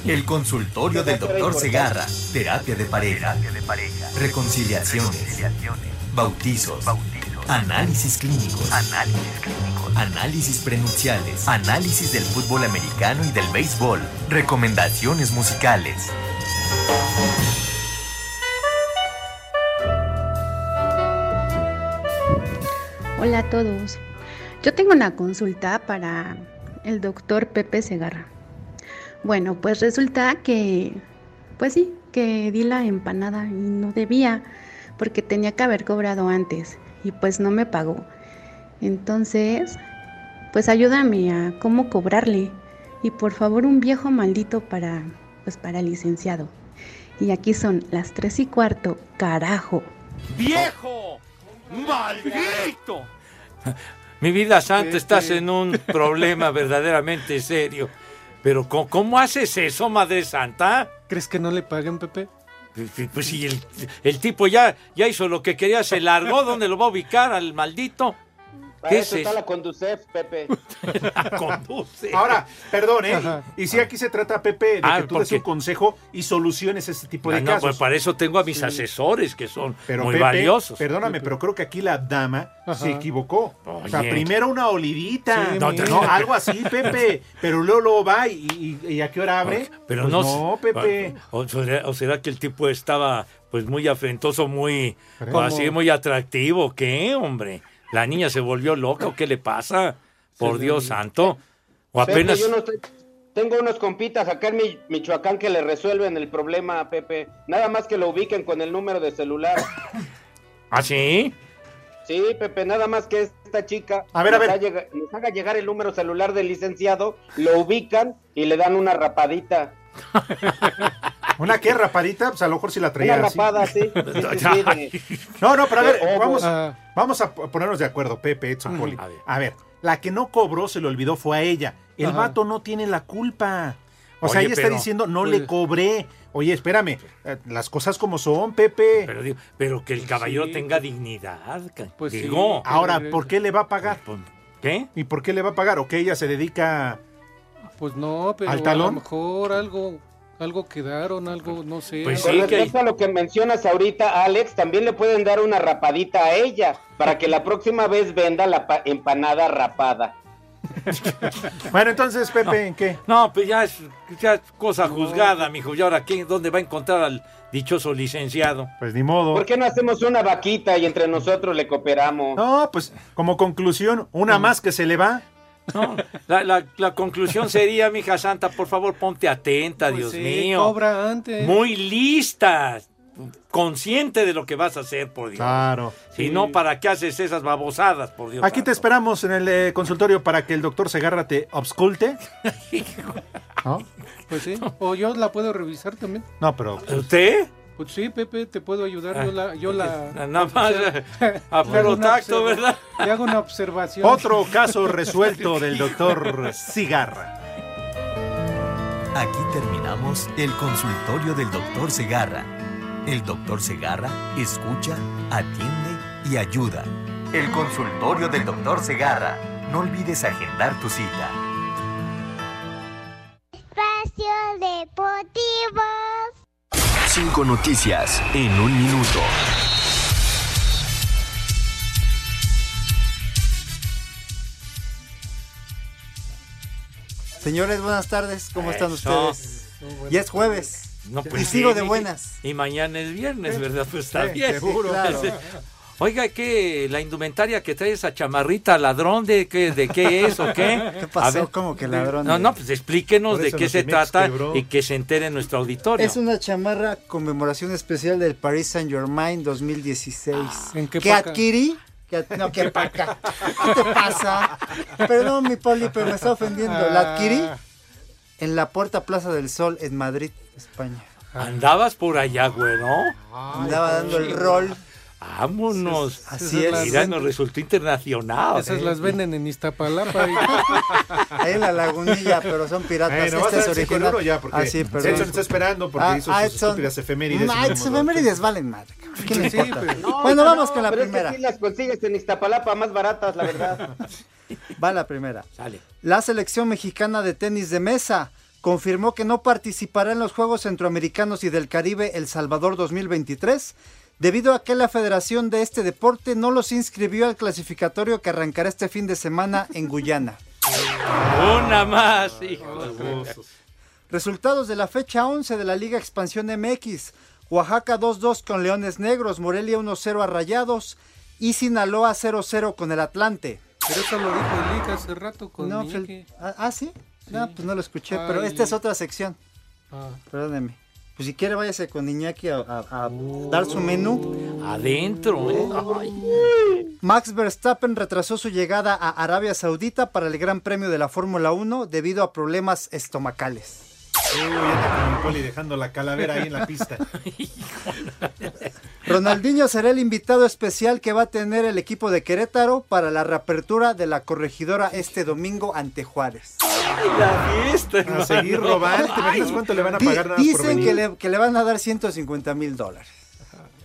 El consultorio del doctor Segarra. Terapia de pareja. Reconciliaciones. Bautizos. Análisis clínicos. Análisis prenunciales. Análisis del fútbol americano y del béisbol. Recomendaciones musicales.
Hola a todos. Yo tengo una consulta para el doctor Pepe Segarra. Bueno, pues resulta que, pues sí, que di la empanada y no debía, porque tenía que haber cobrado antes y pues no me pagó. Entonces, pues ayúdame a cómo cobrarle y por favor un viejo maldito para, pues para el licenciado. Y aquí son las tres y cuarto, carajo.
Oh.
¡Viejo! ¡Maldito! Mi vida
Este
santa, estás en un problema verdaderamente serio. Pero ¿cómo, cómo haces eso, Madre Santa?
¿Crees que no le paguen, Pepe?
Pues si el, el tipo ya, ya hizo lo que quería, se largó, ¿dónde lo va a ubicar al maldito?
Para
¿Qué es
eso está
eso?
la Conducef, Pepe.
Conduce.
Ahora, perdón, ¿eh?
Ajá.
Y si aquí se trata, Pepe, de
Ah,
que tú
¿por
des un
qué?
consejo y soluciones a este tipo de
Ah, no,
casos.
pues para eso tengo a mis
Sí.
asesores que son
Pero
muy
Pepe,
valiosos.
Perdóname, pero creo que aquí la dama
Ajá.
se equivocó. O sea,
Oye.
primero una olivita,
Sí,
no,
mira.
no, algo así, Pepe. Pero luego, luego va y, y- y a qué hora abre.
Pero
Pues
no,
Pepe.
O será, o será que el tipo estaba pues muy afrentoso, muy pues,
¿Cómo?
así muy atractivo, ¿o ¿qué, hombre? La niña se volvió loca, ¿o qué le pasa? Por Dios santo. O
Pepe,
apenas
yo no estoy- Tengo unos compitas acá en Mi- Michoacán que le resuelven el problema a Pepe. Nada más que lo ubiquen con el número de celular.
¿Ah, así.
Sí, Pepe, nada más que esta chica
A ver, a
nos,
ver.
ha llega- nos haga llegar el número celular del licenciado, lo ubican y le dan una rapadita.
Una que rapadita, pues a lo mejor si la traía.
Una
así.
rapada, sí. Sí, sí, sí, de-
No, no, pero a ver,
Eh, oh,
vamos,
ah.
vamos a po- ponernos de acuerdo, Pepe, Edson,
Ujú.
Poli.
A ver.
A ver, la que no cobró se le olvidó fue a ella. El
Ajá.
vato no tiene la culpa. O sea,
Oye,
ella está
pero- pues,
diciendo, no
Oye.
le cobré. Oye, espérame, eh, las cosas como son, Pepe.
Pero, digo, pero que el
Pues
caballero tenga dignidad. Pues
Ahora, ¿por qué le va a pagar?
¿Qué?
¿Y por qué le va a pagar? ¿O que ella se dedica
Pues no, pero
¿Al
a lo
talón?
mejor algo, algo quedaron, algo, no sé.
Pues
Con respecto a lo que mencionas ahorita, Alex, también le pueden dar una rapadita a ella para que la próxima vez venda la pa- empanada rapada.
Bueno, entonces, Pepe,
No.
¿en qué?
No, pues ya es, ya es cosa juzgada, mijo. ¿Y ahora qué? ¿Dónde va a encontrar al dichoso licenciado?
Pues ni modo.
¿Por qué no hacemos una vaquita y entre nosotros le cooperamos?
No, pues como conclusión, una más que se le va.
No, la, la- la conclusión sería, mija santa, por favor, ponte atenta, Dios
Sí,
mío.
cobra antes.
Muy lista, consciente de lo que vas a hacer, por Dios.
Claro.
Si no, ¿para qué haces esas babosadas, por Dios?
Aquí te esperamos en el eh, consultorio para que el doctor Segarra te obsculte. ¿No?
Pues sí, o yo la puedo revisar también.
No, pero.
¿Usted?
Pues sí, Pepe, te puedo ayudar. Yo la. Yo la
Nada más, a
le hago
puro
una
tacto,
observa-
¿verdad?
Le hago una observación.
Otro caso resuelto del doctor Cigarra.
Aquí terminamos el consultorio del doctor Segarra. El doctor Segarra escucha, atiende y ayuda. El consultorio del doctor Segarra. No olvides agendar tu cita.
Espacio Deportivo.
Cinco noticias en un minuto.
Señores, buenas tardes, ¿cómo están
Eso.
ustedes? Ya es jueves.
No,
y
pues
sigo
sí,
de
y-
buenas.
Y mañana es viernes, ¿verdad? Pues está
sí,
bien.
seguro. claro.
Oiga, que la indumentaria que trae esa chamarrita ladrón, ¿de qué, de qué es o qué?
¿Qué pasó?
A ver.
¿Cómo que ladrón?
No, no, pues explíquenos
Por
de
eso
qué
los
se
Emex
trata
quebró.
y que se entere nuestro auditorio.
Es una chamarra conmemoración especial del Paris Saint Germain 2016.
Ah.
¿En qué
que
paca?
adquirí
Que- no, que paca. ¿Qué te pasa? Perdón, mi Poli, pero me está ofendiendo.
Ah.
La adquirí en la Puerta Plaza del Sol en Madrid, España.
Andabas por allá, güey, ¿no?
Andaba dando el rol.
Vámonos.
Así es.
Mira, nos resultó internacional.
Esas
¿eh?
las venden en Iztapalapa. y-
Ahí en la lagunilla, pero son piratas.
Ah. Bueno, vas a
Esta es
ver si con
original.
uno ya, porque
Ah, sí, perdón.
Edson está esperando porque hizo sus estúpidas efemérides y
Ah,
no hemos
sus
dado
efemérides valen madre. cabrón. ¿Qué le
Sí,
importa?
pero-
No, Bueno, vamos con la
pero
primera.
Es que sí las consigues en Iztapalapa más baratas, la verdad.
Va la primera. La selección mexicana de tenis de mesa confirmó que no participará en los Juegos Centroamericanos y del Caribe El Salvador 2023 debido a que la Federación de este deporte no los inscribió al clasificatorio que arrancará este fin de semana en Guyana.
Una más, hijo.
Resultados de la fecha 11 de la Liga Expansión MX. Oaxaca 2-2 con Leones Negros, Morelia 1-0 a Rayados y Sinaloa 0-0 con el Atlante.
Pero eso lo dijo el Lick hace rato con
No,
Miguel.
Fel- ah, ah, ¿sí? No,
Sí.
pues no lo escuché,
Ay,
pero esta es
Lick.
otra sección.
Ah.
Perdóneme. Pues si quiere váyase con Iñaki a, a- a
Oh.
dar su menú.
Adentro, ¿eh?
Max Verstappen retrasó su llegada a Arabia Saudita para el Gran Premio de la Fórmula 1 debido a problemas estomacales.
Uy, anda con el poli dejando la calavera ahí en la pista.
Ronaldinho
Ah.
será el invitado especial que va a tener el equipo de Querétaro para la reapertura de la corregidora este domingo ante Juárez.
A seguir robando. ¿Te imaginas cuánto le van a
Di-
pagar nada por
Dicen
venir?
que le, que le van a dar 150 mil dólares.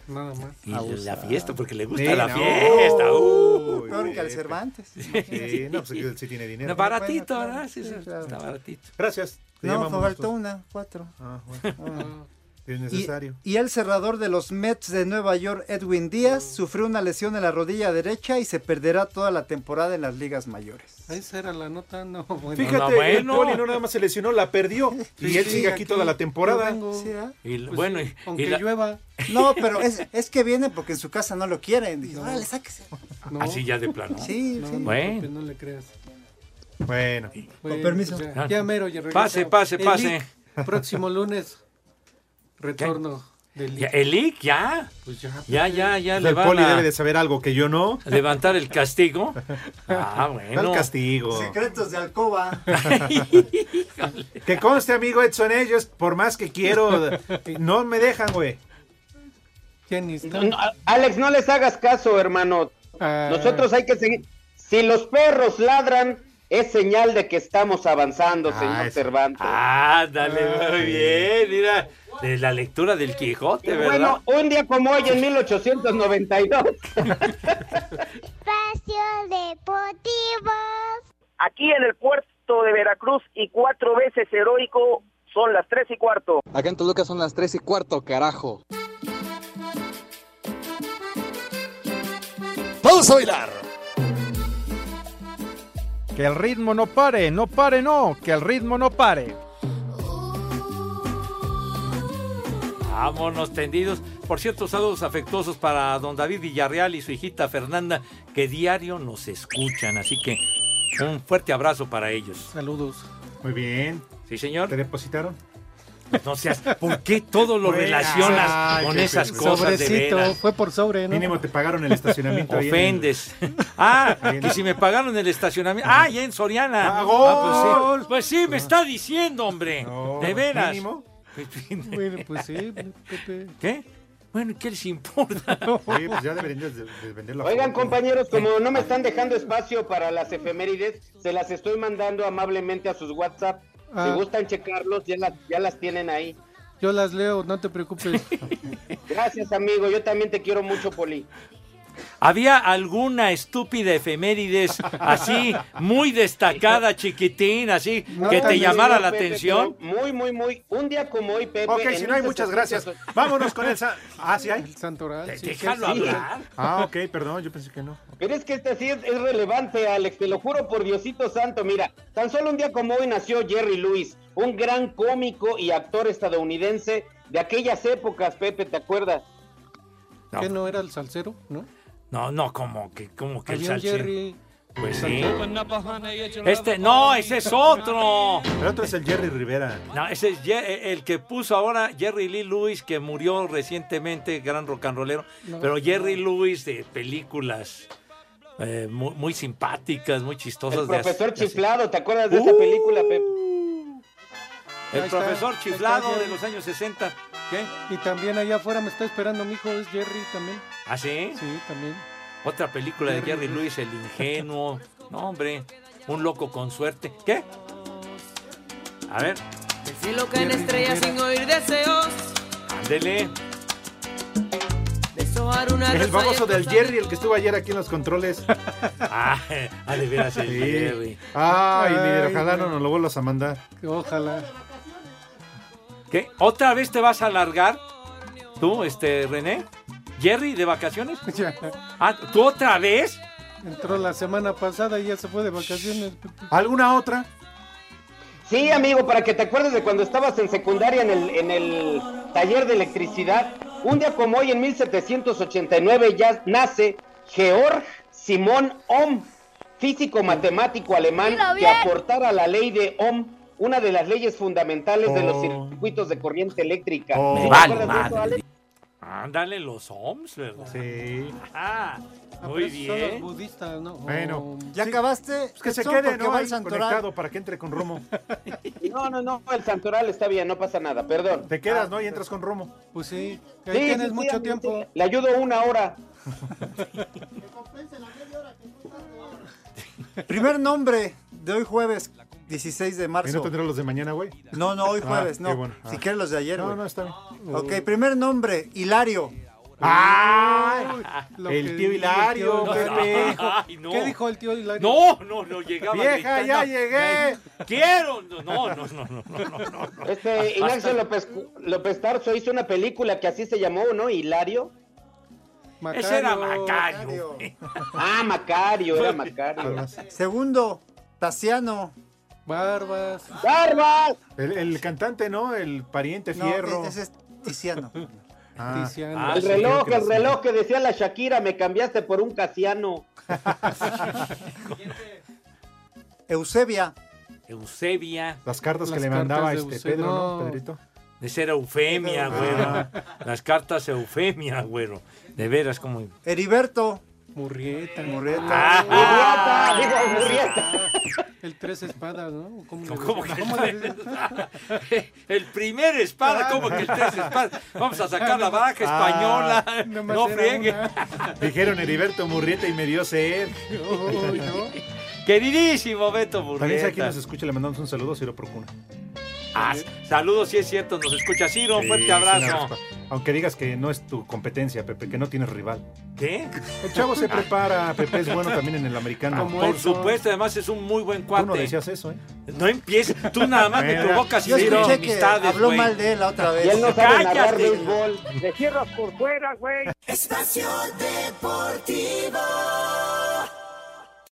Nada más.
Y la fiesta, porque le gusta
Sí,
la
no.
fiesta. uh. uy.
Peor que al Cervantes.
Sí, no, pues él sí tiene dinero.
No, baratito, ¿verdad? Sí,
sí,
sí,
claro.
está baratito.
Gracias. Te
No,
llamamos
faltó
nosotros.
una, cuatro.
Ah, bueno. Es necesario.
Y, y el cerrador de los Mets de Nueva York, Edwin Díaz, sufrió una lesión en la rodilla derecha y se perderá toda la temporada en las ligas mayores.
Esa era la nota, no, bueno.
Fíjate, el poli no nada más se lesionó, la perdió. y
Sí,
él
sí,
sigue aquí,
aquí,
toda la temporada.
yo vengo.
Sí, ¿verdad?
Y, bueno, y-
aunque
y la-
llueva.
No, pero es, es que viene porque en su casa no lo quieren. Dijo, órale, sáquese.
Así ya de plano.
Sí,
No,
sí.
no,
Bueno.
Pepe, no le creas.
Bueno.
Bueno,
permiso.
pues Ya, ya mero, ya regresa.
Ah. Pase, pase,
El
pase.
IC, próximo lunes, retorno del
Ya,
IC.
el IC, ya.
Pues ya.
Ya, ya, ya. le
el
van
poli
a
debe de saber algo que yo no.
levantar el castigo. Ah, bueno.
¿Cuál castigo?
Secretos de Alcoba.
Que conste, amigo Edson, ellos, por más que quiero, no me dejan, güey.
No, Alex, no les hagas caso, hermano. Nosotros hay que seguir. Si los perros ladran, es señal de que estamos avanzando, señor Cervantes.
Ah, Ándale, muy bien. Mira, de la lectura del Quijote,
Y
¿verdad?
bueno, un día como hoy, en 1892,
Aquí en el puerto de Veracruz y cuatro veces heroico son las tres y cuarto.
Acá en Toluca son las 3 y cuarto, carajo.
¡Vamos a bailar! Que el ritmo no pare, no pare, no, que el ritmo no pare.
Vámonos tendidos. Por cierto, saludos afectuosos para don David Villarreal y su hijita Fernanda, que diario nos escuchan. Así que un fuerte abrazo para ellos.
Saludos.
Muy bien.
Sí, señor.
¿Te depositaron? Pues,
No seas, ¿por qué todo lo relacionas con esas cosas de
Sobrecito,
veras?
fue por sobre, ¿no?
Mínimo te pagaron el estacionamiento. ahí en el-
Ofendes. Ah, que si me pagaron el estacionamiento. Ah, ya en Soriana.
¡Pagó!
Ah, pues, sí. Pues sí, me está diciendo, hombre. de veras.
mínimo.
Bueno, pues sí, Pepe.
¿Qué? Bueno, ¿qué les importa?
Oye, pues ya deberían de, de venderlo.
Oigan, compañeros, como no me están dejando espacio para las efemérides, se las estoy mandando amablemente a sus WhatsApp.
Ah.
Si gustan checarlos, ya las, ya las tienen ahí.
Yo las leo, no te preocupes.
Gracias, amigo. Yo también te quiero mucho, Poli.
¿Había alguna estúpida efemérides así, muy destacada, chiquitín, así, que te llamara la
Pepe,
atención?
pero Muy, muy, muy. Un día como hoy, Pepe.
Ok,
en
si no hay muchas gracias.
1700.
Vámonos con el. sa- Ah, sí hay. El
santoral.
sí, déjalo sí. hablar.
Ah, ok, perdón, yo pensé que no.
¿eh? Pero es que este sí es, es relevante, Alex, te lo juro por Diosito Santo. Mira, tan solo un día como hoy nació Jerry Lewis, un gran cómico y actor estadounidense de aquellas épocas, Pepe, ¿te acuerdas?
¿Qué no era el salsero? ¿No?
No, no, como que, como que el
Había un
salsero.
Jerry.
Pues sí.
Salsero.
Este, no, ese es otro.
El otro es el Jerry Rivera.
No, ese es Ye- eh, el que puso ahora Jerry Lee Lewis, que murió recientemente, gran rock and rollero.
No.
pero Jerry Lewis de películas eh, muy, muy simpáticas, muy chistosas.
El
de as-
profesor
de as-
Chiflado, ¿te acuerdas de
Uh,
esa película, Pepe?
El
Ahí está,
profesor
ahí está,
Chiflado de
Jerry.
los años 60.
Y también allá afuera me está esperando mi hijo, es Jerry también.
¿Ah, sí?
Sí, también.
Otra película de Jerry Lewis, El Ingenuo. No, hombre. Un loco con suerte. ¿Qué? A ver,
Si lo caen estrellas sin oír deseos,
ándele.
deshojar una
El
rosa y
famoso del
esposar-
Jerry, el que estuvo ayer aquí en los controles.
ah, ha de veras el Jerry.
Ay, mira,
Ay,
ojalá no
güey.
nos lo vuelvas a mandar.
Ojalá.
¿Qué? ¿Otra vez te vas a alargar? ¿Tú, este, René? ¿Jerry, de vacaciones? Ah, ¿Tú otra vez?
Entró la semana pasada y ya se fue de vacaciones.
¿Alguna otra?
Sí, amigo, para que te acuerdes de cuando estabas en secundaria en el, en el taller de electricidad, un día como hoy en 1789 ya nace Georg Simon Ohm, físico matemático alemán
Dilo
que
bien.
aportara la ley de Ohm, una de las leyes fundamentales de los circuitos de corriente eléctrica.
Oh.
¿Te
Me vale
acuerdas de eso,
madre.
Alex?
Ándale, los OMS, ¿verdad? Sí.
Ah,
muy
pero esos Son los
bien.
budistas, ¿no?
Bueno,
Oh.
¿ya acabaste?
que se
Edson?
quede,
Porque
¿no?
va
Ahí
el santoral.
conectado
para que entre con Romo.
No, no, no, el santoral está bien, no pasa nada, perdón. Ah,
Te quedas, ¿no? Y entras con Romo.
Pues sí,
ahí Sí, tienes sí, sí, mucho amigo, tiempo. sí. Le ayudo una hora.
Primer nombre de hoy jueves, 16 de marzo.
¿Y no tendrás los de mañana, güey?
No, no, hoy
Ah,
jueves,
qué
no.
bueno.
Si
Ah.
quieres los de ayer,
No,
güey.
no, está bien.
Ok, primer nombre, Hilario.
¡Ay!
Lo que
el tío
dijo
Hilario,
el tío
Pepe.
Hilario.
Ay, no.
¿Qué dijo el tío Hilario?
No, no, no llegaba.
Vieja,
gritando,
ya llegué.
"Me Quiero. No, no, no, no, no, no, no, no.
Este Ignacio López, López Tarso hizo una película que así se llamó, ¿no? Hilario.
Ese era Macario.
Ah, Macario, era Macario.
Segundo, Tasiano.
Barbas.
¡Barbas!
El, el cantante, ¿no? El pariente
No,
fierro.
ese es Tiziano.
Ah.
Tiziano.
el reloj, el reloj que decía la Shakira, me cambiaste por un casiano.
Eusebia.
Eusebia.
Las cartas que
Las
le mandaba
cartas de
este
Euse-
Pedro, ¿no?
no.
Pedrito.
Esa era Eufemia,
Ah.
güero. Las cartas Eufemia, güero. De veras, como.
Heriberto.
Murrieta.
Murrieta.
Ah.
Murrieta, digo, Murrieta. El tres espadas, ¿no? ¿Cómo, le-
¿Cómo que el
cómo le-
tres- el primer espada, ¿cómo que el tres espada? Vamos a sacar la baraja
Ah.
española. no friegue.
Dijeron Heriberto Murrieta y me dio sed.
Queridísimo Beto
También si aquí
Burrieta.
nos escucha, le mandamos un saludo a Ciro Procuna.
Ah, saludos, si es cierto, nos escucha Ciro,
Sí,
fuerte
sí,
abrazo.
abrazo. Aunque digas que no es tu competencia, Pepe, que no tienes rival.
¿Qué? Ah,
El chavo se prepara, Pepe es bueno también en el americano.
Por supuesto, además es un muy buen cuate.
Tú no decías eso, ¿eh?
No empieces, tú nada más me
Mira,
provocas y
yo escuché que
amistades,
habló
güey.
mal de él la otra vez.
Y él no sabe nadar
Cállate.
béisbol. Te cierras por fuera, güey.
Espacio Deportivo.